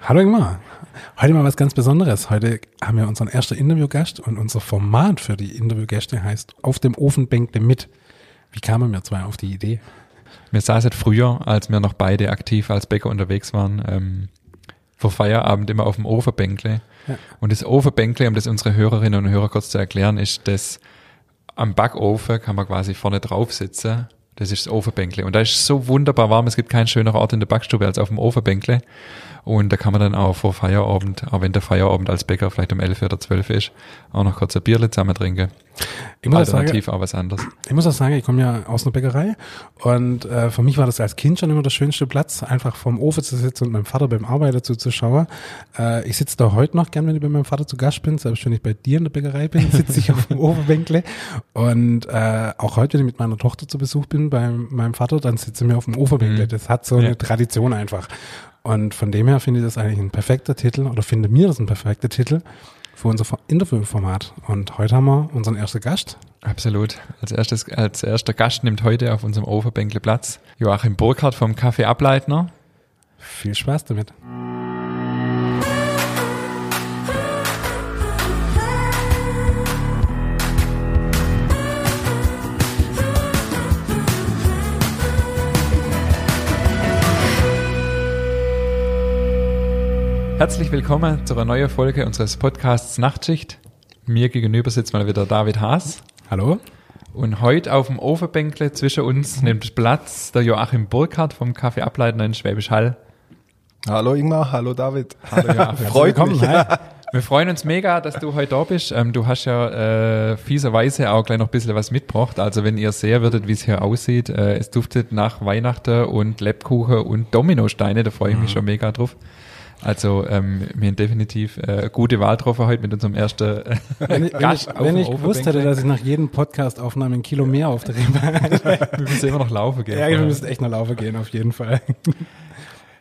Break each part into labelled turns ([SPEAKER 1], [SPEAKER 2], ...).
[SPEAKER 1] Hallo Ingmar. Heute mal was ganz Besonderes. Heute haben wir unseren ersten Interviewgast und unser Format für die Interviewgäste heißt Auf dem Ofenbänkle mit. Wie kamen wir zwei auf die Idee?
[SPEAKER 2] Mir saß es früher, als wir noch beide aktiv als Bäcker unterwegs waren, ähm, vor Feierabend immer auf dem Ofenbänkle.
[SPEAKER 1] Ja.
[SPEAKER 2] Und das Ofenbänkle, um das unsere Hörerinnen und Hörer kurz zu erklären, ist das am Backofen kann man quasi vorne drauf sitzen. Das ist das Ofenbänkle. Und da ist es so wunderbar warm. Es gibt keinen schöneren Ort in der Backstube als auf dem Ofenbänkle. Und da kann man dann auch vor Feierabend, auch wenn der Feierabend als Bäcker vielleicht um 11 oder 12 ist, auch noch kurz ein Bierle zusammen trinken.
[SPEAKER 1] Ich muss, auch sagen,
[SPEAKER 2] Alternativ auch was anderes.
[SPEAKER 1] ich muss auch sagen, ich komme ja aus einer Bäckerei und äh, für mich war das als Kind schon immer der schönste Platz, einfach vorm Ofen zu sitzen und meinem Vater beim Arbeiter zuzuschauen. Äh, ich sitze da heute noch gern, wenn ich bei meinem Vater zu Gast bin, selbst wenn ich bei dir in der Bäckerei bin, sitze ich auf dem Ofenbänkle. Und äh, auch heute, wenn ich mit meiner Tochter zu Besuch bin bei meinem Vater, dann sitzen wir auf dem Ofenbänkle.
[SPEAKER 2] Mhm.
[SPEAKER 1] Das hat so eine
[SPEAKER 2] Ja.
[SPEAKER 1] Tradition einfach. Und von dem her finde ich das eigentlich ein perfekter Titel oder finde mir das ein perfekter Titel für unser Fo- Interviewformat. Und heute haben wir unseren ersten Gast.
[SPEAKER 2] Absolut. Als, erstes, als erster Gast nimmt heute auf unserem Overbänkle Platz Joachim Burkhardt vom Café Ableitner.
[SPEAKER 1] Viel Spaß damit.
[SPEAKER 2] Herzlich willkommen zu einer neuen Folge unseres Podcasts Nachtschicht. Mir gegenüber sitzt mal wieder David Haas.
[SPEAKER 1] Hallo?
[SPEAKER 2] Und heute auf dem Overbänkle zwischen uns nimmt Platz der Joachim Burkhardt vom Café Ableitner in Schwäbisch Hall.
[SPEAKER 3] Hallo Ingmar, hallo David.
[SPEAKER 2] Hallo Joachim.
[SPEAKER 3] Freut
[SPEAKER 1] willkommen.
[SPEAKER 3] mich.
[SPEAKER 1] Hi.
[SPEAKER 2] Wir freuen uns mega, dass du heute da bist. Ähm, du hast ja äh, fieserweise auch gleich noch ein bisschen was mitgebracht. Also wenn ihr sehen würdet, wie es hier aussieht, äh, es duftet nach Weihnachten und Lebkuchen und Dominosteine. Da freue ich
[SPEAKER 1] Mhm.
[SPEAKER 2] mich schon mega drauf. Also ähm, wir haben definitiv äh, eine gute Wahl getroffen heute mit unserem ersten äh,
[SPEAKER 1] Wenn ich, wenn ich,
[SPEAKER 2] Gast auf
[SPEAKER 1] wenn
[SPEAKER 2] dem
[SPEAKER 1] ich gewusst
[SPEAKER 2] Ofenbänkle.
[SPEAKER 1] hätte, dass ich nach jedem Podcast-Aufnahme ein Kilo mehr aufdrehen war.
[SPEAKER 2] Wir müssen immer noch laufen, gell?
[SPEAKER 1] ja, wir müssen echt nach Laufe gehen, auf jeden Fall.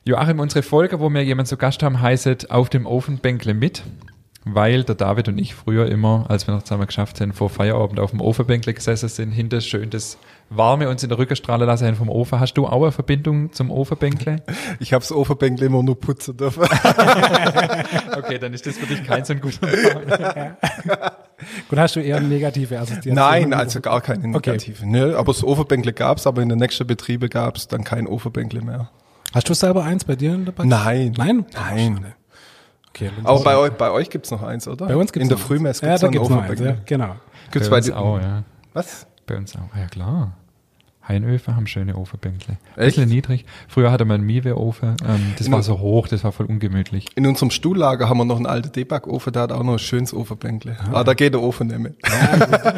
[SPEAKER 2] Joachim, unsere Folge, wo wir jemanden zu Gast haben, heißt Auf dem Ofenbänkle mit, weil der David und ich früher immer, als wir noch zusammen geschafft sind, vor Feierabend auf dem Ofenbänkle gesessen sind, hinter schön das Warme uns in der Rückenstrahle lassen haben vom Ofen. Hast du auch eine Verbindung zum Ofenbänkle?
[SPEAKER 3] Ich hab's Ofenbänkle immer nur putzen dürfen.
[SPEAKER 2] Okay, dann ist das für dich kein so ein guter Name.
[SPEAKER 1] Gut, hast du eher eine negative Assoziation?
[SPEAKER 3] Nein, also gar keine negative. Ne? Aber das Ofenbänkle gab's, aber in den nächsten Betrieben gab's dann kein Ofenbänkle mehr.
[SPEAKER 1] Hast du selber eins bei dir in der Bank?
[SPEAKER 3] Nein.
[SPEAKER 1] Nein?
[SPEAKER 3] Nein.
[SPEAKER 1] Okay, dann-
[SPEAKER 3] Aber bei euch, bei euch gibt's noch eins, oder?
[SPEAKER 1] bei uns gibt es
[SPEAKER 3] In der Frühmesse
[SPEAKER 1] ja,
[SPEAKER 3] gibt's
[SPEAKER 1] da
[SPEAKER 3] noch
[SPEAKER 1] gibt's
[SPEAKER 3] ein
[SPEAKER 1] noch eins,
[SPEAKER 3] Ofenbänkle.
[SPEAKER 1] ja, genau.
[SPEAKER 3] Gibt's
[SPEAKER 2] Bei
[SPEAKER 3] bei
[SPEAKER 2] uns
[SPEAKER 3] dir-
[SPEAKER 2] auch, ja.
[SPEAKER 3] Was?
[SPEAKER 2] Bei uns auch, ja klar. Heinöfen haben schöne Ofenbänkle. Ein bisschen niedrig. Früher hatte man einen Miwe-Ofen. Ähm, das war so hoch, das war voll ungemütlich.
[SPEAKER 3] In unserem Stuhllager haben wir noch einen alten Debackofen, der hat auch noch ein schönes Ofenbänkle. Ah, da geht der Ofen nicht mehr.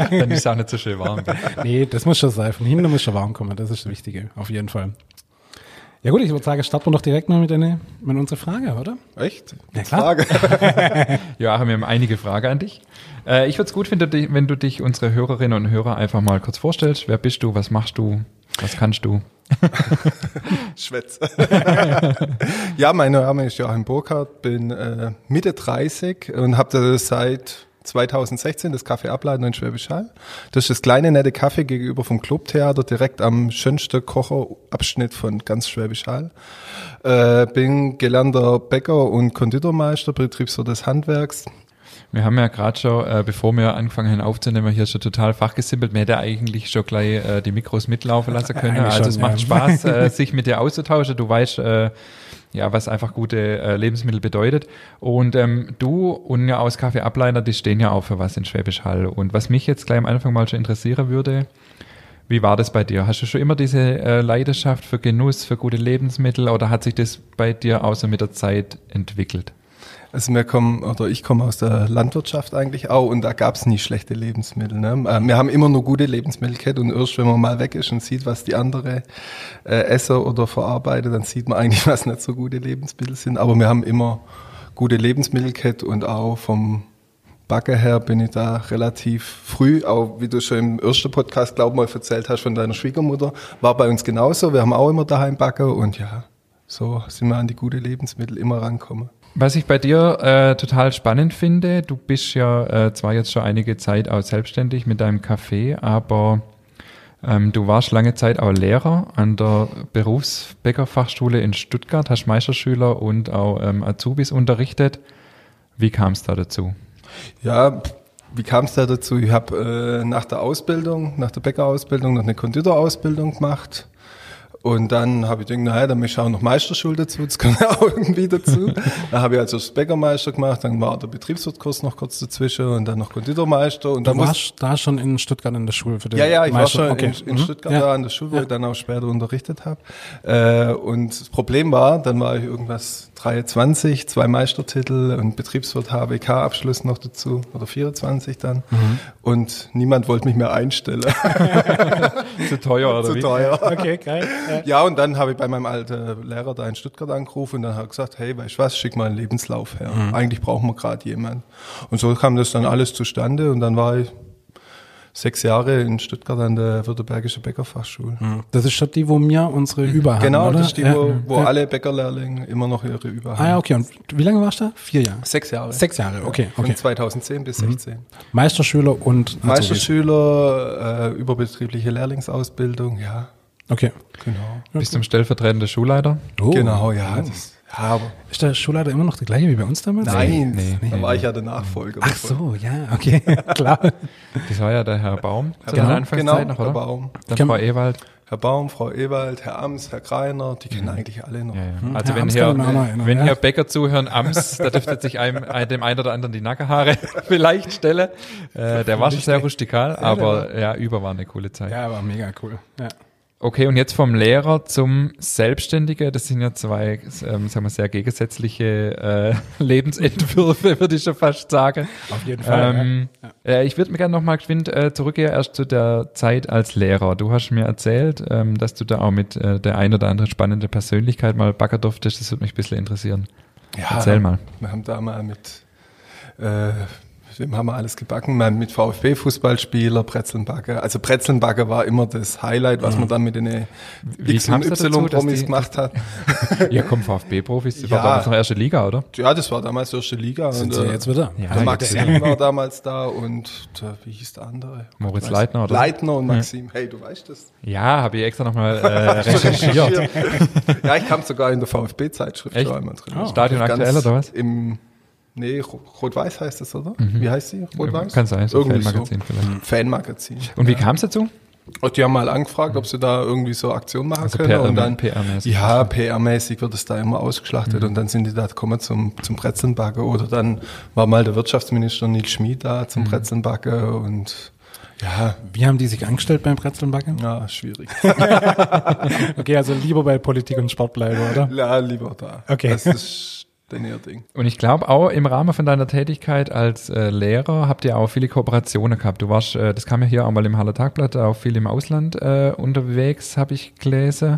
[SPEAKER 2] Dann ist es auch nicht so schön warm.
[SPEAKER 1] genau. Nee, das muss schon sein. Von hinten muss schon warm kommen. Das ist das Wichtige, auf jeden Fall. Ja gut, ich würde sagen, starten wir doch direkt mal mit, eine, mit unserer Frage, oder?
[SPEAKER 3] Echt?
[SPEAKER 1] Ja, klar.
[SPEAKER 3] Frage.
[SPEAKER 2] Joachim, wir haben einige Fragen an dich. Äh, ich würde es gut finden, dich- wenn du dich unsere Hörerinnen und Hörer einfach mal kurz vorstellst. Wer bist du? Was machst du? Was kannst du?
[SPEAKER 3] Schwätz. ja, mein Name ist Joachim Burkhardt, bin äh, Mitte 30 und habe seit 2016 das Café Ableiten in Schwäbisch Hall. Das ist das kleine nette Café gegenüber vom Clubtheater, direkt am schönsten Kocherabschnitt von ganz Schwäbisch Hall. Äh, bin gelernter Bäcker und Konditormeister, Betriebswirt des Handwerks.
[SPEAKER 2] Wir haben ja gerade schon, äh, bevor wir angefangen haben aufzunehmen, hier schon total fachgesimpelt. Man hätte eigentlich schon gleich äh, die Mikros mitlaufen lassen können.
[SPEAKER 1] Eigentlich
[SPEAKER 2] also
[SPEAKER 1] schon,
[SPEAKER 2] es macht
[SPEAKER 1] ja.
[SPEAKER 2] Spaß, äh, sich mit dir auszutauschen. Du weißt, äh, ja, was einfach gute äh, Lebensmittel bedeutet. Und ähm, du und ja aus Kaffee Ableiner, die stehen ja auch für was in Schwäbisch Hall. Und was mich jetzt gleich am Anfang mal schon interessieren würde, Wie war das bei dir? Hast du schon immer diese äh, Leidenschaft für Genuss, für gute Lebensmittel oder hat sich das bei dir außer mit der Zeit entwickelt?
[SPEAKER 3] Also wir kommen, oder ich komme aus der Landwirtschaft eigentlich auch und da gab's nie schlechte Lebensmittel. Ne? Äh, Wir haben immer nur gute Lebensmittel gehabt und erst wenn man mal weg ist und sieht, was die andere äh, Esser oder verarbeitet, dann sieht man eigentlich, was nicht so gute Lebensmittel sind. Aber wir haben immer gute Lebensmittel gehabt und auch vom Backer her bin ich da relativ früh, auch wie du schon im ersten Podcast, glaube mal erzählt hast von deiner Schwiegermutter, war bei uns genauso. Wir haben auch immer daheim Backer und ja, so sind wir an die gute Lebensmittel immer rankommen.
[SPEAKER 2] Was ich bei dir äh, total spannend finde, du bist ja äh, zwar jetzt schon einige Zeit auch selbstständig mit deinem Café, aber Ähm, du warst lange Zeit auch Lehrer an der Berufsbäckerfachschule in Stuttgart, hast Meisterschüler und auch ähm, Azubis unterrichtet. Wie kam es da dazu?
[SPEAKER 3] Ja, wie kam es da dazu? Ich habe äh, nach der Ausbildung, nach der Bäckerausbildung noch eine Konditorausbildung gemacht. Und dann habe ich gedacht, naja, dann mische ich auch noch Meisterschule dazu, das kann ja auch irgendwie dazu. dann habe ich also das Bäckermeister gemacht, dann war der Betriebswirtkurs noch kurz dazwischen und dann noch Konditormeister. Und
[SPEAKER 1] Du
[SPEAKER 3] dann muss-
[SPEAKER 1] warst da schon in Stuttgart in der Schule für den
[SPEAKER 3] ja, ja, ich
[SPEAKER 1] Meister-
[SPEAKER 3] war schon
[SPEAKER 1] okay.
[SPEAKER 3] in, in
[SPEAKER 1] Mhm.
[SPEAKER 3] Stuttgart
[SPEAKER 1] Ja.
[SPEAKER 3] da an der Schule, wo ich dann auch später unterrichtet habe. Äh, und das Problem war, dann war ich irgendwas 23, zwei Meistertitel und Betriebswirt HBK-Abschluss noch dazu oder 24 dann.
[SPEAKER 1] Mhm.
[SPEAKER 3] Und niemand wollte mich mehr einstellen.
[SPEAKER 2] Zu teuer oder
[SPEAKER 3] Zu
[SPEAKER 2] wie?
[SPEAKER 3] teuer.
[SPEAKER 1] Okay, geil. Ja.
[SPEAKER 3] Ja, und dann habe ich bei meinem alten Lehrer da in Stuttgart angerufen und dann hat er gesagt, hey, weißt du was, schick mal einen Lebenslauf her.
[SPEAKER 1] Mhm.
[SPEAKER 3] Eigentlich brauchen wir gerade jemanden. Und so kam das dann alles zustande und dann war ich sechs Jahre in Stuttgart an der Württembergischen Bäckerfachschule.
[SPEAKER 1] Das ist schon die, wo wir unsere Über haben,
[SPEAKER 3] Genau,
[SPEAKER 1] oder?
[SPEAKER 3] das ist die,
[SPEAKER 1] Ja.
[SPEAKER 3] wo, wo
[SPEAKER 1] Ja.
[SPEAKER 3] alle Bäckerlehrlinge immer noch ihre Über
[SPEAKER 1] Ah ja, okay. Und wie lange warst du da? Vier Jahre.
[SPEAKER 3] Sechs Jahre.
[SPEAKER 1] Sechs Jahre, okay.
[SPEAKER 3] Von
[SPEAKER 1] okay. Mhm.
[SPEAKER 3] 2010 bis 16.
[SPEAKER 1] Meisterschüler und Azubis.
[SPEAKER 3] Meisterschüler, äh, überbetriebliche Lehrlingsausbildung, ja,
[SPEAKER 1] Okay.
[SPEAKER 3] genau.
[SPEAKER 2] Bis zum stellvertretenden Schulleiter.
[SPEAKER 1] Oh.
[SPEAKER 3] Genau, ja. Das, ja aber
[SPEAKER 1] Ist der Schulleiter immer noch der gleiche wie bei uns damals?
[SPEAKER 3] nein,
[SPEAKER 2] nee, nee,
[SPEAKER 3] da
[SPEAKER 2] nee.
[SPEAKER 3] war ich ja der Nachfolger.
[SPEAKER 1] Ach so, ja, okay, klar.
[SPEAKER 2] Das war ja der Herr Baum zu
[SPEAKER 1] Genau,
[SPEAKER 2] der Anfangszeit
[SPEAKER 3] genau,
[SPEAKER 2] noch,
[SPEAKER 3] Herr
[SPEAKER 2] oder?
[SPEAKER 3] Baum. Genau.
[SPEAKER 2] Dann
[SPEAKER 1] Kann-
[SPEAKER 2] Frau Ewald.
[SPEAKER 3] Herr Baum, Frau Ewald, Herr Ams, Herr Kreiner, die kennen eigentlich alle noch.
[SPEAKER 2] Mhm. Ja, ja.
[SPEAKER 1] Hm,
[SPEAKER 2] Also
[SPEAKER 1] Herr
[SPEAKER 2] wenn
[SPEAKER 1] Amts
[SPEAKER 2] hier,
[SPEAKER 1] kann ich mich auch noch erinnern,
[SPEAKER 2] wenn
[SPEAKER 1] ja.
[SPEAKER 2] hier Bäcker zuhören, Ams, da dürfte sich einem, ein- dem einen oder anderen die Nackerhaare vielleicht stellen. Äh, der war schon sehr rustikal, aber ja, über war eine coole Zeit.
[SPEAKER 1] Ja, war mega cool. Ja.
[SPEAKER 2] Okay, und jetzt vom Lehrer zum Selbstständigen. Das sind ja zwei, ähm, sagen wir, sehr gegensätzliche äh, Lebensentwürfe, würde ich schon fast sagen.
[SPEAKER 1] Auf jeden Fall.
[SPEAKER 2] Ähm, äh, ich würde mir gerne nochmal geschwind äh, zurückgehen, erst zu der Zeit als Lehrer. Du hast mir erzählt, ähm, dass du da auch mit äh, der ein oder anderen spannenden Persönlichkeit mal backen durftest. Das würde mich ein bisschen interessieren.
[SPEAKER 3] Ja,
[SPEAKER 2] Erzähl mal.
[SPEAKER 3] Wir haben da mal mit, äh, mit wem haben wir alles gebacken? Mal mit VfB-Fußballspieler, Brezelnbacke. Also Brezelnbacke war immer das Highlight, was man dann mit den
[SPEAKER 2] Mhm. Wie
[SPEAKER 3] X- und
[SPEAKER 2] kam's da dazu, dass
[SPEAKER 3] Y-Promis
[SPEAKER 2] die-
[SPEAKER 3] gemacht hat.
[SPEAKER 2] Ja, komm, VfB-Profis, das
[SPEAKER 3] Ja.
[SPEAKER 2] war damals noch erste Liga, oder?
[SPEAKER 3] Ja, das war damals erste Liga.
[SPEAKER 1] Sind
[SPEAKER 3] und,
[SPEAKER 1] sie
[SPEAKER 3] äh,
[SPEAKER 1] jetzt wieder?
[SPEAKER 2] Ja.
[SPEAKER 3] Der
[SPEAKER 2] Ah,
[SPEAKER 3] Max
[SPEAKER 2] jetzt-
[SPEAKER 3] Herren war damals da und der, wie hieß der andere? Oh
[SPEAKER 2] Moritz
[SPEAKER 3] Weiß-
[SPEAKER 2] Leitner, oder?
[SPEAKER 3] Leitner und Maxim. Hey, du weißt das.
[SPEAKER 2] Ja, habe ich extra nochmal äh, recherchiert.
[SPEAKER 3] ja, ich kam sogar in der VfB-Zeitschrift
[SPEAKER 2] Echt?
[SPEAKER 3] schon einmal drin.
[SPEAKER 2] Oh. Stadion
[SPEAKER 3] Ganz
[SPEAKER 2] aktuell oder was? Mhm.
[SPEAKER 3] Im, nee, Ro- Rot-Weiß heißt das, oder? Wie heißt sie? Rot-Weiß?
[SPEAKER 2] Kann sein, so
[SPEAKER 3] Irgendwie
[SPEAKER 2] Fanmagazin vielleicht.
[SPEAKER 3] So. Fanmagazin.
[SPEAKER 2] Und wie kam's dazu?
[SPEAKER 3] Und die haben mal angefragt, ob sie da irgendwie so Aktionen machen
[SPEAKER 2] Also
[SPEAKER 3] können.
[SPEAKER 2] PR
[SPEAKER 3] und dann,
[SPEAKER 2] PR-mäßig. Mhm.
[SPEAKER 3] Ja, PR-mäßig wird es da immer ausgeschlachtet. Und dann sind die da gekommen zum, zum Brezelnbacke. Oder dann war mal der Wirtschaftsminister Nick Schmid da
[SPEAKER 2] Mhm.
[SPEAKER 3] zum Brezelnbacke. Und ja,
[SPEAKER 1] Wie haben die sich angestellt beim Brezelnbacken?
[SPEAKER 3] ja, schwierig.
[SPEAKER 1] Okay, also lieber bei Politik und Sport bleiben, oder?
[SPEAKER 3] ja, lieber da.
[SPEAKER 1] Okay.
[SPEAKER 3] Das ist denn ihr Ding.
[SPEAKER 2] Und ich glaube auch im Rahmen von deiner Tätigkeit als äh, Lehrer habt ihr auch viele Kooperationen gehabt. Du warst, äh, das kam ja hier auch mal im Halle Tagblatt, auch viel im Ausland äh, unterwegs, habe ich gelesen.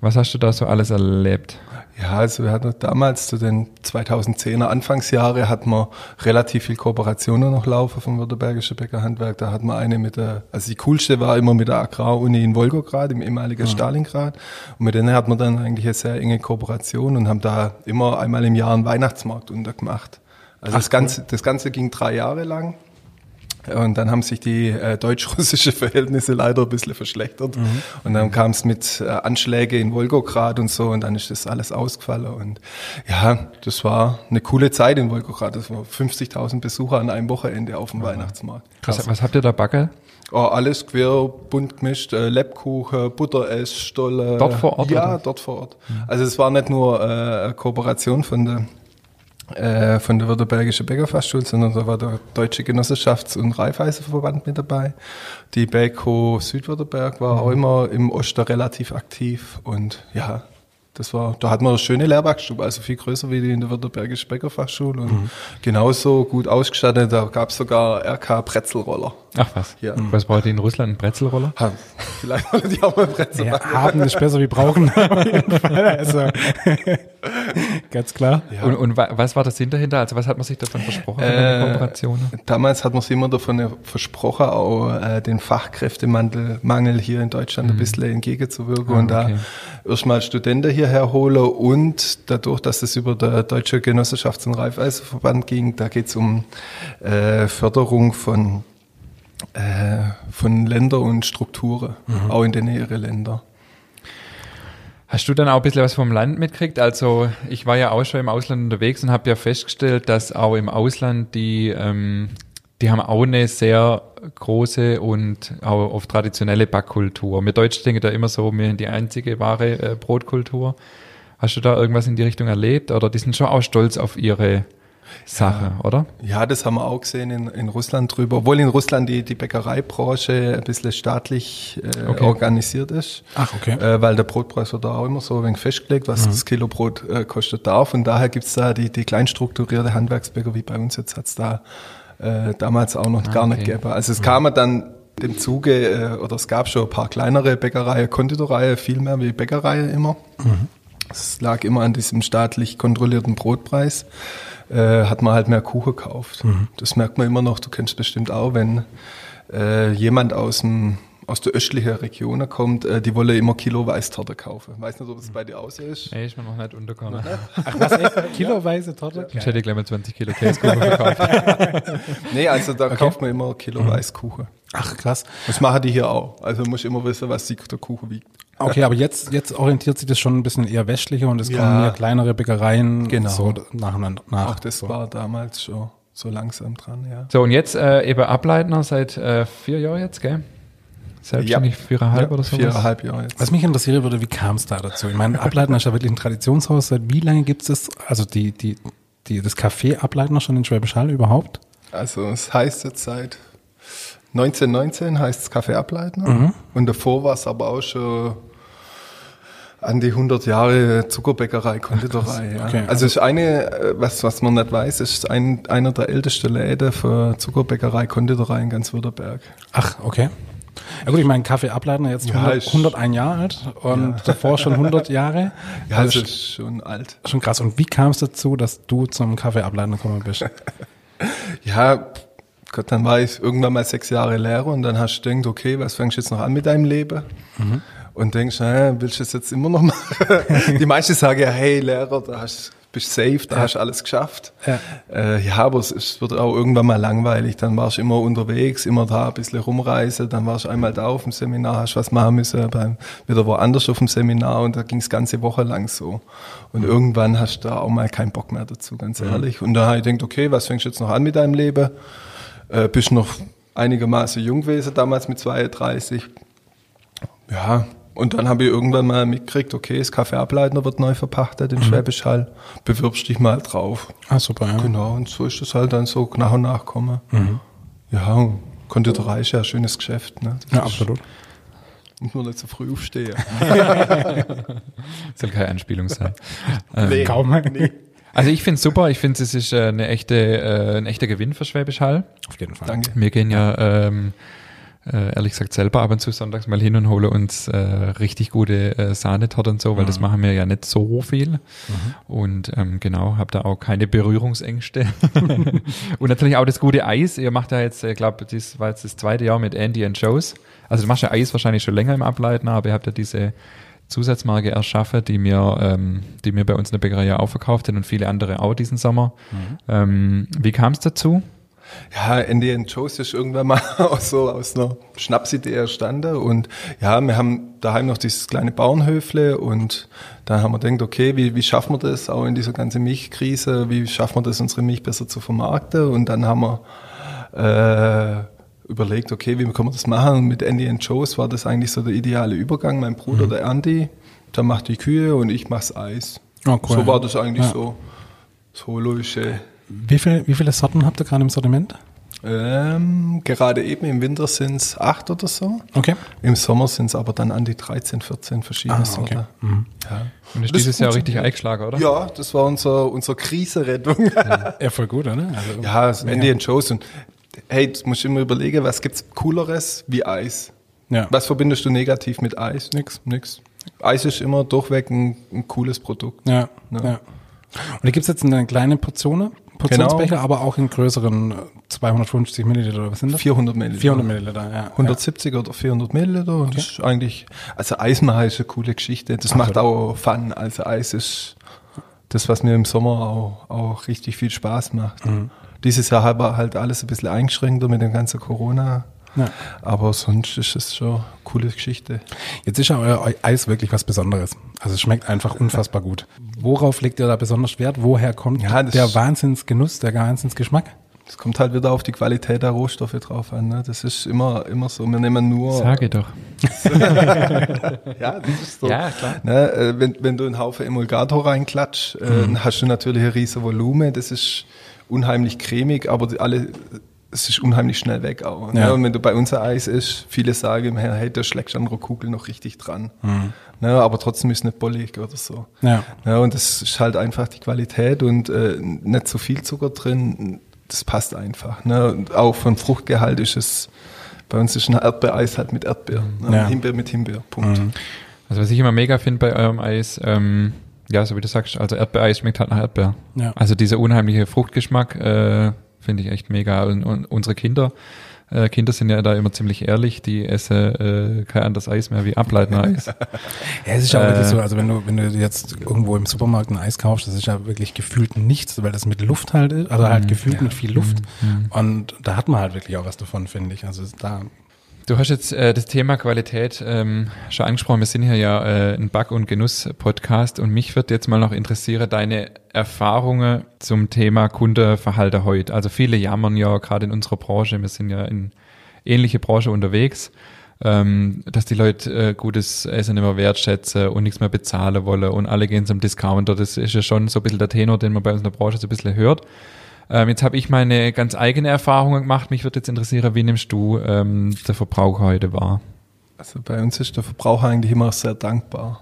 [SPEAKER 2] Was hast du da so alles erlebt?
[SPEAKER 3] Ja, also wir hatten damals zu den 2010er Anfangsjahre hatten wir relativ viel Kooperationen noch laufen vom Württembergischen Bäckerhandwerk. Da hatten wir eine mit der, also die coolste war immer mit der Agraruni in Wolgograd, im ehemaligen Stalingrad. Und mit denen hatten wir dann eigentlich eine sehr enge Kooperation und haben da immer einmal im Jahr einen Weihnachtsmarkt untergemacht. Also das Ganze, das Ganze ging drei Jahre lang. Und dann haben sich die äh, deutsch-russische Verhältnisse leider ein bisschen verschlechtert. Und dann kam es mit äh, Anschläge in Wolgograd und so und dann ist das alles ausgefallen. Und ja, das war eine coole Zeit in Wolgograd. Das war 50.000 Besucher an einem Wochenende auf dem Weihnachtsmarkt.
[SPEAKER 2] Was, was habt ihr da backe?
[SPEAKER 3] Oh, alles quer, bunt gemischt, äh, Lebkuchen, Butteress, Stolle.
[SPEAKER 2] Dort vor Ort,
[SPEAKER 3] Ja,
[SPEAKER 2] oder?
[SPEAKER 3] dort vor Ort. Also es war nicht nur äh, eine Kooperation von der äh, von der Württembergischen Bäckerfachschule, sondern da war der Deutsche Genossenschafts- und Raiffeisenverband mit dabei. Die Bäcko Südwürttemberg war
[SPEAKER 2] Mhm.
[SPEAKER 3] auch immer im Oster relativ aktiv und ja, das war, da hatten wir eine schöne Lehrwerkstube, also viel größer wie die in der Württembergischen Bäckerfachschule und
[SPEAKER 2] Mhm.
[SPEAKER 3] genauso gut ausgestattet, da gab es sogar RK-Pretzelroller.
[SPEAKER 2] Ach was.
[SPEAKER 3] Ja.
[SPEAKER 2] Was braucht ihr in Russland? Ein Brezelroller?
[SPEAKER 3] Ha, Vielleicht wollte die auch mal Brezel
[SPEAKER 1] Ja,
[SPEAKER 3] machen.
[SPEAKER 1] haben ist besser wie brauchen. Auf jeden Fall. Also, ganz klar.
[SPEAKER 2] Und, und wa- was war das Sinn dahinter? Also was hat man sich davon versprochen von den
[SPEAKER 3] Äh,
[SPEAKER 2] Kooperationen?
[SPEAKER 3] Damals hat man sich immer davon ja versprochen, auch äh, den Fachkräftemangel Mangel hier in Deutschland ein bisschen entgegenzuwirken und
[SPEAKER 2] okay.
[SPEAKER 3] da erstmal Studenten hierher hole und dadurch, dass es über der Deutsche Genossenschafts- und Raiffeisenverband ging, da geht es um äh, Förderung von äh, von Länder und Strukturen, auch in den näheren Ländern.
[SPEAKER 2] Hast du dann auch ein bisschen was vom Land mitkriegt? Also ich war ja auch schon im Ausland unterwegs und habe ja festgestellt, dass auch im Ausland die, ähm, die haben auch eine sehr große und auch oft traditionelle Backkultur. Wir Deutschen denken da immer so, wir sind die einzige wahre äh, Brotkultur. Hast du da irgendwas in die Richtung erlebt? Oder die sind schon auch stolz auf ihre Sache, oder?
[SPEAKER 3] Ja, das haben wir auch gesehen in, in Russland drüber, obwohl in Russland die, die Bäckereibranche ein bisschen staatlich äh,
[SPEAKER 2] Okay.
[SPEAKER 3] organisiert ist.
[SPEAKER 1] Ach, okay.
[SPEAKER 3] Äh, weil der Brotpreis wird da auch immer so ein wenig festgelegt, was das Kilo Brot äh, kosten darf. Und daher gibt's da die, die kleinstrukturierte Handwerksbäcker, wie bei uns jetzt hat's da äh, damals auch noch gar nicht
[SPEAKER 2] okay.
[SPEAKER 3] gegeben. Also es kam dann dem Zuge, äh, oder es gab schon ein paar kleinere Bäckereien, Konditoreien, viel mehr wie Bäckereien immer. Es lag immer an diesem staatlich kontrollierten Brotpreis. Äh, hat man halt mehr Kuchen gekauft.
[SPEAKER 2] Mhm.
[SPEAKER 3] Das merkt man immer noch. Du kennst bestimmt auch, wenn äh, jemand aus dem aus der östlichen Region kommt, äh, die wolle immer Kilo Weißtorte kaufen. Weiß nicht, ob es bei dir aus ist.
[SPEAKER 2] Nee, ist mir noch nicht untergekommen.
[SPEAKER 1] Ach, was, echt? Kiloweise Torte?
[SPEAKER 2] Ich hätte gleich mal 20 Kilo Käsekuchen verkauft.
[SPEAKER 3] Nee, also da kauft man immer Kilo
[SPEAKER 2] Mhm.
[SPEAKER 3] Weißkuchen.
[SPEAKER 1] Ach, krass.
[SPEAKER 3] Das machen die hier auch. Also muss ich immer wissen, was die, der Kuchen wiegt.
[SPEAKER 1] Okay, aber jetzt, jetzt orientiert sich das schon ein bisschen eher westlicher und es
[SPEAKER 3] Ja.
[SPEAKER 1] kommen eher kleinere Bäckereien
[SPEAKER 3] Genau.
[SPEAKER 1] so nacheinander nach.
[SPEAKER 3] Auch das
[SPEAKER 1] so.
[SPEAKER 3] war damals schon so langsam dran, ja.
[SPEAKER 2] So, und jetzt äh, eben Ableitner seit äh, vier Jahren jetzt, gell? Selbstständig viereinhalb oder sowas?
[SPEAKER 3] Viereinhalb Jahre jetzt.
[SPEAKER 1] Was mich interessieren würde, wie kam es da dazu? Ich meine, Ableitner ist ja wirklich ein Traditionshaus. Seit wie lange gibt es das? Also die, die, die, das Café Ableitner schon in Schwäbisch Hall überhaupt?
[SPEAKER 3] Also es heißt jetzt seit 1919 heißt es Kaffee Ableitner und davor war es aber auch schon an die 100 Jahre Zuckerbäckerei, Konditorei. Ja.
[SPEAKER 1] Okay.
[SPEAKER 3] Also es ist eine, äh, was, was man nicht weiß, es ist ein, einer der ältesten Läden für Zuckerbäckerei, Konditorei in ganz Württemberg.
[SPEAKER 1] Ach, okay. Ja gut, ich meine, Kaffee Ableitner jetzt
[SPEAKER 3] Ja,
[SPEAKER 1] 100,
[SPEAKER 3] ist-
[SPEAKER 1] 101 Jahre alt und davor schon 100 Jahre.
[SPEAKER 3] Ja, also es ist schon alt.
[SPEAKER 1] Schon krass. Und wie kam es dazu, dass du zum Kaffee Ableitner gekommen bist?
[SPEAKER 3] Ja, Gott, dann war ich irgendwann mal sechs Jahre Lehrer und dann hast du gedacht, okay, was fängst du jetzt noch an mit deinem Leben? Und denkst, naja, willst du es jetzt immer noch machen? Die meisten sagen ja, hey Lehrer, da hast, bist safe, da hast du alles geschafft.
[SPEAKER 1] Ja.
[SPEAKER 3] Äh, ja, aber es, es wird auch irgendwann mal langweilig. Dann warst du immer unterwegs, immer da ein bisschen rumreisen, dann warst du einmal da auf dem Seminar, hast was machen müssen, beim, wieder woanders auf dem Seminar und da ging es ganze Woche lang so. Und irgendwann hast du da auch mal keinen Bock mehr dazu, ganz ehrlich. Und da habe ich gedacht, okay, was fängst du jetzt noch an mit deinem Leben? Äh, bist noch einigermaßen jung gewesen, damals mit 32. Ja, und dann habe ich irgendwann mal mitgekriegt, okay, das Café Ableitner wird neu verpachtet in Schwäbisch Hall. Bewirbst dich mal drauf.
[SPEAKER 1] Ah, super, Mhm. ja. Mhm.
[SPEAKER 3] Genau, und so ist es halt dann so nach und nach kommen. Ja, und Konditorei ist ja ein schönes Geschäft. Ne?
[SPEAKER 1] Ja, absolut.
[SPEAKER 3] Muss man nicht so früh aufstehen.
[SPEAKER 2] Soll keine Anspielung sein. Ähm,
[SPEAKER 3] Nee.
[SPEAKER 1] Äh, Kaum.
[SPEAKER 2] Also ich finde es super, ich finde es ist äh, eine echte, äh, ein echter Gewinn für Schwäbisch Hall.
[SPEAKER 1] Auf jeden Fall.
[SPEAKER 3] Danke.
[SPEAKER 2] Wir gehen ja ähm, äh, ehrlich gesagt selber ab und zu sonntags mal hin und holen uns äh, richtig gute äh, Sahnetorte und so, weil das machen wir ja nicht so viel. Und ähm, genau, habe da auch keine Berührungsängste. und natürlich auch das gute Eis. Ihr macht ja jetzt, ich glaube, das war jetzt das zweite Jahr mit Andy and Joe's. Also du machst ja Eis wahrscheinlich schon länger im Ableiten, aber ihr habt ja diese Zusatzmarke erschaffen, die mir, ähm, die mir bei uns in der Bäckerei ja auch verkauft hat und viele andere auch diesen Sommer. Ähm, wie kam es dazu?
[SPEAKER 3] Ja, Andy and Joe's ist irgendwann mal aus, so aus einer Schnapsidee erstanden. Und ja, wir haben daheim noch dieses kleine Bauernhöfle und dann haben wir gedacht, okay, wie, wie schaffen wir das auch in dieser ganzen Milchkrise? Wie schaffen wir das, unsere Milch besser zu vermarkten? Und dann haben wir äh, überlegt, okay, wie können wir das machen? Und mit Andy and Joe's war das eigentlich so der ideale Übergang. Mein
[SPEAKER 1] Mhm.
[SPEAKER 3] Bruder, der Andy, der macht die Kühe und ich mach's Eis.
[SPEAKER 1] Ah, cool.
[SPEAKER 3] So war das eigentlich
[SPEAKER 1] Ja.
[SPEAKER 3] so. So logische.
[SPEAKER 1] Wie, viel, wie viele Sorten habt ihr gerade im Sortiment?
[SPEAKER 3] Ähm, gerade eben im Winter sind es acht oder so.
[SPEAKER 1] Okay.
[SPEAKER 3] Im Sommer sind es aber dann an die 13, 14 verschiedene
[SPEAKER 1] Ah, okay. Mhm.
[SPEAKER 3] Sorten. Ja.
[SPEAKER 2] Und ist
[SPEAKER 3] Das
[SPEAKER 2] dieses Jahr
[SPEAKER 3] funktioniert.
[SPEAKER 2] richtig eingeschlagen, oder?
[SPEAKER 3] ja, das war unser, unsere Kriserettung.
[SPEAKER 1] Ja, voll gut, oder? Also,
[SPEAKER 3] ja, das Andy and Joe's. Und hey, du musst immer überlegen, was gibt's Cooleres wie Eis?
[SPEAKER 1] ja.
[SPEAKER 3] Was verbindest du negativ mit Eis? Nix, nix. Eis ist immer durchweg ein, ein cooles Produkt. Ne?
[SPEAKER 1] Ja, ja.
[SPEAKER 3] Ja.
[SPEAKER 1] Und die gibt's jetzt in einer kleinen Portionen, Portionsbecher, aber auch in größeren äh, 250 Milliliter oder was sind das?
[SPEAKER 3] 400 Milliliter.
[SPEAKER 1] 400 Milliliter, ja.
[SPEAKER 3] 170 oder 400 Milliliter und das ist eigentlich, also Eis machen ist eine coole Geschichte. Das macht auch Fun. Also Eis ist das, was mir im Sommer auch, auch richtig viel Spaß macht. Dieses Jahr war halt alles ein bisschen eingeschränkter mit dem ganzen Corona-Zeug. Ja. Aber sonst ist es schon eine coole Geschichte.
[SPEAKER 1] Jetzt ist ja euer Eis wirklich was Besonderes. Also es schmeckt einfach unfassbar gut. Worauf legt ihr da besonders Wert? Woher kommt
[SPEAKER 3] Ja, das-
[SPEAKER 1] der Wahnsinnsgenuss, der Wahnsinnsgeschmack?
[SPEAKER 3] Es kommt halt wieder auf die Qualität der Rohstoffe drauf an. Ne? Das ist immer, immer so. Wir nehmen nur.
[SPEAKER 2] Sage doch.
[SPEAKER 3] Ja, das ist so.
[SPEAKER 2] Ja, klar.
[SPEAKER 3] Ne, äh, wenn, wenn du einen Haufen Emulgator reinklatscht,
[SPEAKER 1] Mhm.
[SPEAKER 3] äh, dann hast du natürlich ein riesen Volumen. Das ist unheimlich cremig, aber die, alle, es ist unheimlich schnell weg auch.
[SPEAKER 1] Ja.
[SPEAKER 3] Ne? Und wenn du bei uns ein Eis isst, viele sagen immer, hey, da schlägst du an der Kugel noch richtig dran. Ne, aber trotzdem ist es nicht bollig oder so.
[SPEAKER 1] Mhm. Ja.
[SPEAKER 3] Ja, und das ist halt einfach die Qualität und äh, nicht so viel Zucker drin. Das passt einfach. Ne? Und auch vom Fruchtgehalt ist es, bei uns ist ein Erdbeereis halt mit Erdbeer. Ne?
[SPEAKER 1] Ja.
[SPEAKER 3] Himbeer mit Himbeer. Punkt.
[SPEAKER 2] Also was ich immer mega finde bei eurem Eis, ähm, ja, so wie du sagst, also Erdbeereis schmeckt halt nach Erdbeer.
[SPEAKER 1] Ja.
[SPEAKER 2] Also dieser unheimliche Fruchtgeschmack äh, finde ich echt mega. Und, und unsere Kinder, äh, Kinder sind ja da immer ziemlich ehrlich, die essen äh, kein anderes Eis mehr wie Ableitner-Eis.
[SPEAKER 1] Ja, es ist ja auch
[SPEAKER 2] Äh,
[SPEAKER 1] wirklich so, also wenn du, wenn du jetzt irgendwo im Supermarkt ein Eis kaufst, das ist ja wirklich gefühlt nichts, weil das mit Luft halt ist, also halt gefühlt mit viel Luft. Und da hat man halt wirklich auch was davon, finde ich. Also es- da,
[SPEAKER 2] Du hast jetzt äh, das Thema Qualität ähm, schon angesprochen. Wir sind hier ja äh, ein Back- und Genuss-Podcast und mich wird jetzt mal noch interessieren, deine Erfahrungen zum Thema Kundenverhalten heute. Also viele jammern ja gerade in unserer Branche, wir sind ja in ähnliche Branche unterwegs, ähm, dass die Leute äh, gutes Essen immer wertschätzen und nichts mehr bezahlen wollen und alle gehen zum Discounter. Das ist ja schon so ein bisschen der Tenor, den man bei uns in der Branche so ein bisschen hört. Ähm, jetzt habe ich meine ganz eigene Erfahrungen gemacht. Mich würde jetzt interessieren, wie nimmst du ähm, der Verbrauch heute wahr?
[SPEAKER 3] Also bei uns ist der Verbraucher eigentlich immer sehr dankbar.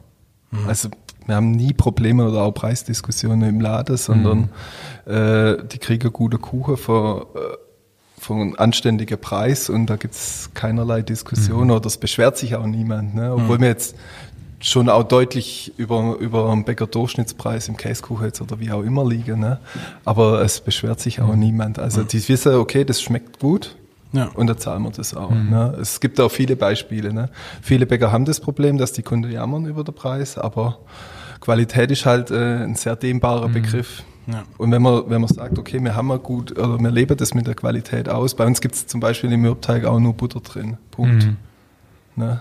[SPEAKER 3] Also wir haben nie Probleme oder auch Preisdiskussionen im Laden, sondern äh, die kriegen gute Kuchen für, äh, für einen anständigen Preis und da gibt es keinerlei Diskussion oder es beschwert sich auch niemand. Ne? Obwohl wir jetzt schon auch deutlich über, über einen Bäcker-Durchschnittspreis im Käsekuchen jetzt oder wie auch immer liegen. Ne? Aber es beschwert sich auch niemand. Also die wissen, okay, das schmeckt gut,
[SPEAKER 1] ja.
[SPEAKER 3] und da zahlen wir das auch. Ne? Es gibt auch viele Beispiele. Ne? Viele Bäcker haben das Problem, dass die Kunden jammern über den Preis, aber Qualität ist halt äh, ein sehr dehnbarer Begriff.
[SPEAKER 1] Ja.
[SPEAKER 3] Und wenn man, wenn man sagt, okay, wir haben mal gut, oder wir leben das mit der Qualität aus. Bei uns gibt es zum Beispiel im Mürbteig auch nur Butter drin. Punkt.
[SPEAKER 2] Mhm.
[SPEAKER 3] Ne?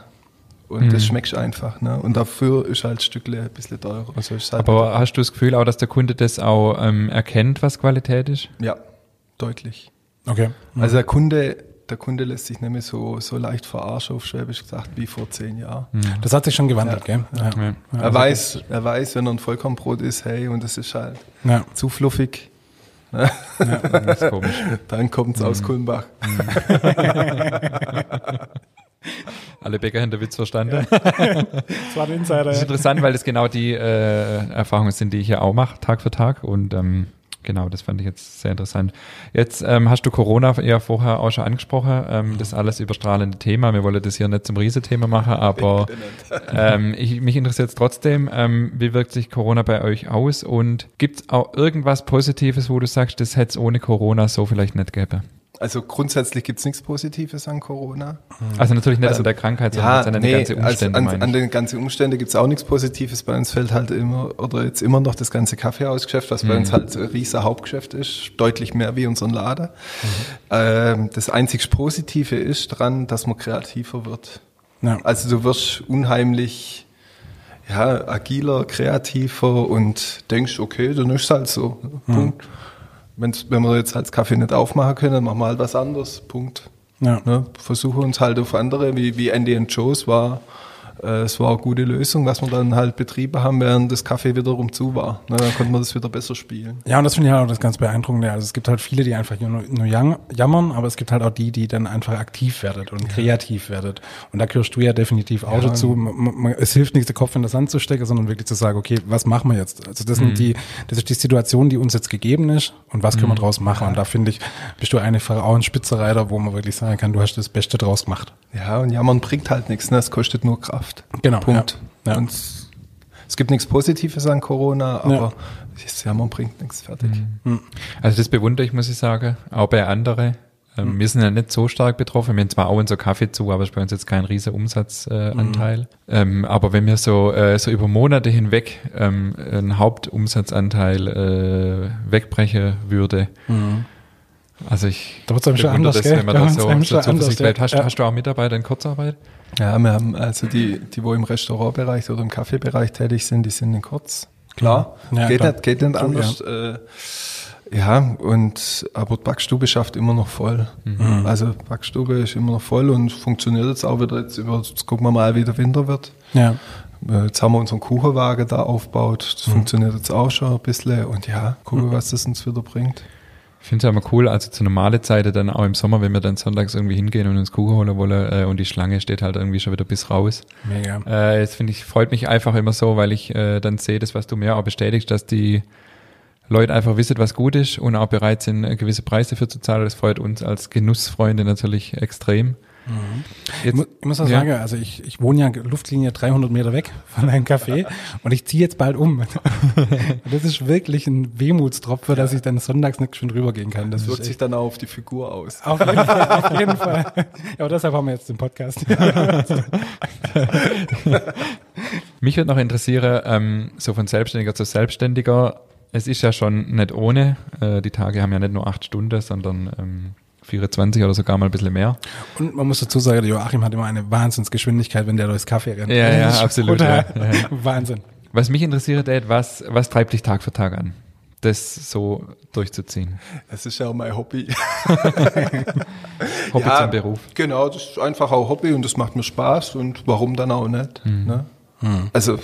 [SPEAKER 3] Und das schmeckt einfach. Ne? Und dafür ist halt Stückle ein bisschen teurer. Also ist halt
[SPEAKER 2] Aber hast du das Gefühl auch, dass der Kunde das auch ähm, erkennt, was Qualität ist?
[SPEAKER 3] ja, deutlich.
[SPEAKER 1] Okay.
[SPEAKER 3] Also der Kunde, der Kunde lässt sich nämlich so, so leicht verarschen, auf Schwäbisch gesagt, wie vor zehn Jahren.
[SPEAKER 1] Das hat sich schon gewandelt, gell? Ja. Also,
[SPEAKER 2] Ja. also
[SPEAKER 3] er weiß, er weiß, wenn er ein Vollkornbrot ist, hey, und es ist halt
[SPEAKER 1] Ja.
[SPEAKER 3] zu fluffig,
[SPEAKER 2] Das ist komisch.
[SPEAKER 3] dann kommt's
[SPEAKER 2] Mhm.
[SPEAKER 3] aus Kulmbach.
[SPEAKER 2] Alle Bäcker haben den Witz verstanden.
[SPEAKER 1] Das war der
[SPEAKER 2] Das ist
[SPEAKER 1] Insider.
[SPEAKER 2] interessant, weil das genau die äh, Erfahrungen sind, die ich ja auch mache, Tag für Tag. Und ähm, genau, das fand ich jetzt sehr interessant. Jetzt ähm, hast du Corona ja vorher auch schon angesprochen, ähm, das alles überstrahlende Thema. Wir wollen das hier nicht zum Riesenthema machen, aber ähm, ich, mich interessiert es trotzdem, ähm, wie wirkt sich Corona bei euch aus und gibt es auch irgendwas Positives, wo du sagst, das hätte es ohne Corona so vielleicht nicht gäbe?
[SPEAKER 3] Also grundsätzlich gibt's nichts Positives an Corona.
[SPEAKER 2] Also natürlich nicht
[SPEAKER 3] Also-
[SPEAKER 2] an der Krankheit, sondern
[SPEAKER 3] Ja,
[SPEAKER 2] jetzt an den
[SPEAKER 3] nee,
[SPEAKER 2] ganzen
[SPEAKER 3] also
[SPEAKER 2] Umständen.
[SPEAKER 3] an,
[SPEAKER 2] meine
[SPEAKER 3] an
[SPEAKER 2] ich.
[SPEAKER 3] den ganzen Umständen gibt's auch nichts Positives. Bei uns fällt halt immer, oder jetzt immer noch das ganze Kaffeehausgeschäft, was bei
[SPEAKER 2] Mhm.
[SPEAKER 3] uns halt ein riesiger Hauptgeschäft ist, deutlich mehr wie unseren Laden.
[SPEAKER 2] Mhm.
[SPEAKER 3] Ähm, das einzig Positive ist dran, dass man kreativer wird.
[SPEAKER 1] Ja.
[SPEAKER 3] Also du wirst unheimlich ja, agiler, kreativer und denkst, okay, dann ist es halt so. Punkt. Wenn's, wenn wir jetzt halt Kaffee nicht aufmachen können, dann machen wir halt was anderes. Punkt.
[SPEAKER 1] Ja.
[SPEAKER 3] Ne? Versuchen uns halt auf andere, wie, wie Andy and Joe's war. äh, Es war eine gute Lösung, was wir dann halt betrieben haben, während das Kaffee wiederum zu war. Ne, dann konnten wir das wieder besser spielen.
[SPEAKER 1] Ja, und das finde ich halt auch das ganz Beeindruckende. Also es gibt halt viele, die einfach nur, nur jang- jammern, aber es gibt halt auch die, die dann einfach aktiv werdet und kreativ werdet. Und da gehörst du ja definitiv auch dazu. M- m- m- Es hilft nicht, den Kopf in das Sand zu stecken, sondern wirklich zu sagen, okay, was machen wir jetzt? Also das sind die, das ist die Situation, die uns jetzt gegeben ist und was können wir draus machen? Und da finde ich, bist du eine auch ein Spitzenreiter, wo man wirklich sagen kann, du hast das Beste draus gemacht.
[SPEAKER 3] Ja, und jammern bringt halt nichts, ne? es kostet nur Kraft.
[SPEAKER 1] Genau,
[SPEAKER 3] Punkt.
[SPEAKER 1] ja. Ja.
[SPEAKER 3] Und es- es gibt nichts Positives an Corona, aber das Jammern bringt nichts fertig.
[SPEAKER 1] Mhm.
[SPEAKER 2] Also das bewundere ich, muss ich sagen, auch bei anderen. Ähm, Wir sind ja nicht so stark betroffen. Wir haben zwar auch unser Kaffee zu, aber es ist bei uns jetzt kein riesiger Umsatzanteil. Äh, Anteil. ähm, aber wenn wir so, äh, so über Monate hinweg ähm, einen Hauptumsatzanteil äh, wegbrechen würde, Also ich
[SPEAKER 1] Da wird's einem schon
[SPEAKER 2] bewundere
[SPEAKER 1] anders, gell?
[SPEAKER 2] wenn man
[SPEAKER 1] Da
[SPEAKER 2] das
[SPEAKER 1] wird's
[SPEAKER 2] so,
[SPEAKER 1] einem
[SPEAKER 2] so
[SPEAKER 1] schon anders,
[SPEAKER 2] zuversichtlich bleibt.
[SPEAKER 1] ja.
[SPEAKER 2] Hast,
[SPEAKER 1] Ja.
[SPEAKER 2] hast du auch Mitarbeiter in Kurzarbeit?
[SPEAKER 3] Ja, wir haben also die, die wo im Restaurantbereich oder im Kaffeebereich tätig sind, die sind in kurz. Klar,
[SPEAKER 1] Ja,
[SPEAKER 3] geht,
[SPEAKER 1] klar.
[SPEAKER 3] Nicht, geht nicht anders. Ja, äh, ja und aber die Backstube schafft immer noch voll.
[SPEAKER 1] Mhm.
[SPEAKER 3] Also die Backstube ist immer noch voll und funktioniert jetzt auch wieder. Jetzt, über, jetzt gucken wir mal, wie der Winter wird.
[SPEAKER 1] Ja.
[SPEAKER 3] Äh, Jetzt haben wir unseren Kuchenwagen da aufgebaut. Das funktioniert jetzt auch schon ein bisschen. Und ja, gucken, was das uns wieder bringt.
[SPEAKER 2] Ich finde es ja immer cool, also zu normale Zeiten dann auch im Sommer, wenn wir dann sonntags irgendwie hingehen und uns Kuchen holen wollen äh, und die Schlange steht halt irgendwie schon wieder bis raus.
[SPEAKER 1] Mega.
[SPEAKER 2] Äh, das finde ich, freut mich einfach immer so, weil ich äh, dann sehe, das, was du mir auch bestätigst, dass die Leute einfach wissen, was gut ist und auch bereit sind, äh, gewisse Preise dafür zu zahlen. Das freut uns als Genussfreunde natürlich extrem.
[SPEAKER 1] Ich mu-
[SPEAKER 2] Jetzt,
[SPEAKER 1] ich muss auch
[SPEAKER 2] Ja.
[SPEAKER 1] sagen, also ich, ich wohne ja Luftlinie 300 Meter weg von einem Café und ich ziehe jetzt bald um. Und das ist wirklich ein Wehmutstropfen, dass ich dann sonntags nicht schön rübergehen kann. Das,
[SPEAKER 3] Das wirkt
[SPEAKER 1] ist
[SPEAKER 3] sich
[SPEAKER 1] echt,
[SPEAKER 3] dann auch auf die Figur aus.
[SPEAKER 1] auf jeden Fall, auf jeden Fall. Ja, aber deshalb haben wir jetzt den Podcast.
[SPEAKER 2] mich würde noch interessieren, ähm, so von Selbstständiger zu Selbstständiger, es ist ja schon nicht ohne. Äh, die Tage haben ja nicht nur acht Stunden, sondern ähm, 24 oder sogar mal ein bisschen mehr.
[SPEAKER 1] Und man muss dazu sagen, der Joachim hat immer eine Wahnsinnsgeschwindigkeit, wenn der durchs Kaffee rennt.
[SPEAKER 2] Ja,
[SPEAKER 1] Das
[SPEAKER 2] ja,
[SPEAKER 1] ist
[SPEAKER 2] absolut,
[SPEAKER 1] brutal.
[SPEAKER 2] ja, ja.
[SPEAKER 1] Wahnsinn.
[SPEAKER 2] Was mich interessiert, Ed, was, was treibt dich Tag für Tag an, das so durchzuziehen?
[SPEAKER 3] Das ist ja auch mein Hobby.
[SPEAKER 2] Hobby
[SPEAKER 3] Ja,
[SPEAKER 2] zum Beruf.
[SPEAKER 3] Genau, das ist einfach auch Hobby und das macht mir Spaß und warum dann auch nicht. Ne? Also,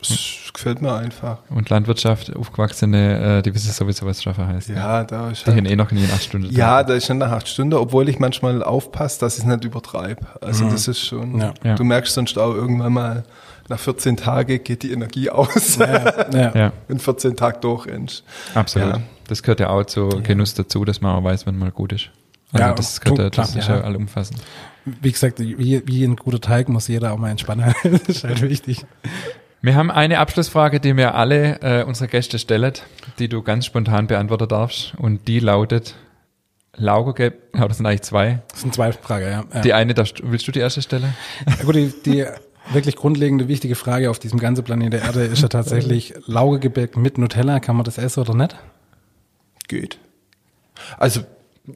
[SPEAKER 3] es gefällt mir einfach.
[SPEAKER 2] Und Landwirtschaft, aufgewachsene, äh, die wissen sowieso, was Schaffer heißt. ne?
[SPEAKER 3] Ja, da ist
[SPEAKER 2] Die
[SPEAKER 3] halt,
[SPEAKER 2] haben eh noch in den acht Stunden.
[SPEAKER 3] ja,
[SPEAKER 2] Tag.
[SPEAKER 3] da ist schon nach acht Stunden, obwohl ich manchmal aufpasse, dass ich es nicht übertreibe. Also, das ist schon,
[SPEAKER 1] Ja.
[SPEAKER 2] Ja.
[SPEAKER 3] du merkst sonst auch irgendwann mal, nach 14 Tagen geht die Energie aus,
[SPEAKER 1] Ja.
[SPEAKER 2] ja,
[SPEAKER 3] wenn 14 Tage durchrennst.
[SPEAKER 2] absolut.
[SPEAKER 3] Ja.
[SPEAKER 2] Das gehört ja auch zu Genuss dazu, dass man auch weiß, wenn mal gut ist. Also
[SPEAKER 1] Ja,
[SPEAKER 2] das,
[SPEAKER 1] klar,
[SPEAKER 2] gehört, das
[SPEAKER 1] klar,
[SPEAKER 2] ist
[SPEAKER 1] ja.
[SPEAKER 2] ja allumfassend.
[SPEAKER 1] Wie gesagt, wie, wie ein guter Teig muss jeder auch mal entspannen. Das ist halt wichtig.
[SPEAKER 2] Wir haben eine Abschlussfrage, die wir alle äh, unsere Gäste stellen, die du ganz spontan beantworten darfst. Und die lautet, Laugergelb, oh, das sind eigentlich zwei.
[SPEAKER 1] Das sind zwei Fragen, ja. ja.
[SPEAKER 2] Die eine, darfst, willst du die erste stellen?
[SPEAKER 1] Ja, Gut, die, die wirklich grundlegende, wichtige Frage auf diesem ganzen Planeten der Erde ist ja tatsächlich Laugegebäck mit Nutella. Kann man das essen oder nicht?
[SPEAKER 3] Geht. Also,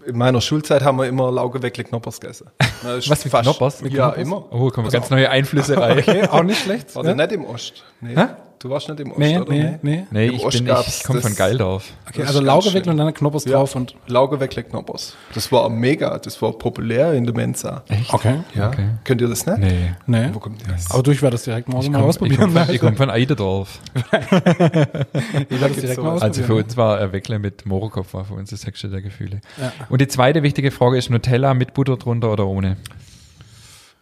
[SPEAKER 3] in meiner Schulzeit haben wir immer Laugeweckle Knoppers gegessen. Das ist
[SPEAKER 2] Was, mit
[SPEAKER 3] fast-
[SPEAKER 2] Knoppers? Mit
[SPEAKER 3] Ja,
[SPEAKER 2] Knoppers?
[SPEAKER 3] immer.
[SPEAKER 2] Oh, kommen ganz neue Einflüsse rein.
[SPEAKER 1] Also Okay, auch nicht schlecht.
[SPEAKER 3] War der
[SPEAKER 1] ne?
[SPEAKER 3] nicht im Ost? Nee.
[SPEAKER 1] Hä?
[SPEAKER 3] Du warst nicht im Ost,
[SPEAKER 1] Nee,
[SPEAKER 3] oder?
[SPEAKER 1] nee, nee.
[SPEAKER 2] Nee,
[SPEAKER 3] Im
[SPEAKER 2] ich,
[SPEAKER 3] Ost
[SPEAKER 2] bin, ich
[SPEAKER 3] gab's
[SPEAKER 2] komme
[SPEAKER 3] das-
[SPEAKER 2] von Geildorf.
[SPEAKER 1] Okay,
[SPEAKER 3] Das
[SPEAKER 1] also
[SPEAKER 3] ist ganz
[SPEAKER 1] Laugegebäck
[SPEAKER 3] schön.
[SPEAKER 1] und dann Knoppers
[SPEAKER 3] Ja.
[SPEAKER 1] drauf und.
[SPEAKER 3] Laugeweckle Knoppers. Das war mega, das war populär in der Mensa.
[SPEAKER 2] Echt?
[SPEAKER 1] Okay.
[SPEAKER 3] Ja.
[SPEAKER 2] Okay.
[SPEAKER 3] Könnt ihr das nicht?
[SPEAKER 2] Nee.
[SPEAKER 1] Nee.
[SPEAKER 3] Wo kommt das?
[SPEAKER 1] Aber durch war das direkt mal, mal
[SPEAKER 2] Ich
[SPEAKER 1] ausprobieren. also.
[SPEAKER 2] komme von, ich komm von Eiderdorf.
[SPEAKER 1] Ich werde das direkt mal ausprobieren.
[SPEAKER 2] Also für uns war äh, Weckler mit Morokopf war für uns das höchste der Gefühle.
[SPEAKER 1] Ja.
[SPEAKER 2] Und die zweite wichtige Frage ist Nutella mit Butter drunter oder ohne?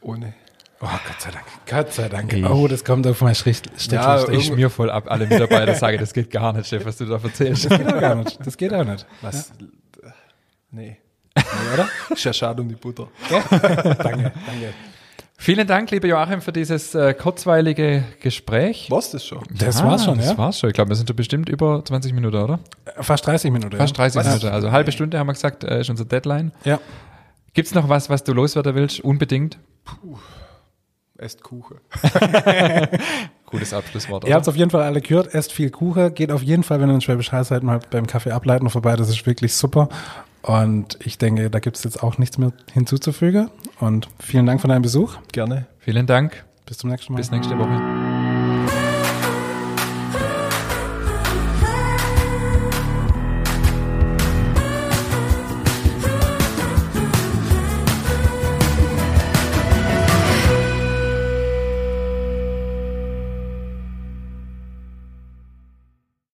[SPEAKER 3] Ohne.
[SPEAKER 1] Oh, Gott sei Dank. Gott sei Dank.
[SPEAKER 2] Ich-
[SPEAKER 1] Oh, das kommt auf mein Schricht.
[SPEAKER 3] Ja,
[SPEAKER 1] Stecklist.
[SPEAKER 2] Ich
[SPEAKER 3] irgendwo-
[SPEAKER 2] schmier voll ab, alle Mitarbeiter sagen, das geht gar nicht, Chef, was du da erzählst.
[SPEAKER 1] das geht auch gar nicht. Das geht auch nicht.
[SPEAKER 3] Was? Nee.
[SPEAKER 1] Ja, oder?
[SPEAKER 3] Ist ja schade um die Butter.
[SPEAKER 1] Danke, danke.
[SPEAKER 2] Vielen Dank, lieber Joachim, für dieses äh, kurzweilige Gespräch.
[SPEAKER 3] War's das schon?
[SPEAKER 1] Das
[SPEAKER 2] Ah,
[SPEAKER 1] war's schon,
[SPEAKER 2] das
[SPEAKER 1] ja?
[SPEAKER 2] war's schon. Ich glaube, wir sind schon bestimmt über 20 Minuten, oder?
[SPEAKER 1] Fast 30 Minuten.
[SPEAKER 2] Fast 30
[SPEAKER 1] ja.
[SPEAKER 2] Minuten. Also halbe Stunde haben wir gesagt, äh, ist unser Deadline.
[SPEAKER 1] Ja.
[SPEAKER 2] Gibt's noch was, was du loswerden willst? Unbedingt.
[SPEAKER 3] Esst Kuchen.
[SPEAKER 2] Gutes Abschlusswort.
[SPEAKER 1] Ihr habt es auf jeden Fall alle gehört. Esst viel Kuchen. Geht auf jeden Fall, wenn ihr in Schwäbisch Hall seid, mal beim Kaffee ableiten vorbei. Das ist wirklich super. Und ich denke, da gibt es jetzt auch nichts mehr hinzuzufügen. Und vielen Dank für deinen Besuch.
[SPEAKER 3] Gerne.
[SPEAKER 2] Vielen Dank.
[SPEAKER 1] Bis zum nächsten Mal.
[SPEAKER 2] Bis nächste Woche.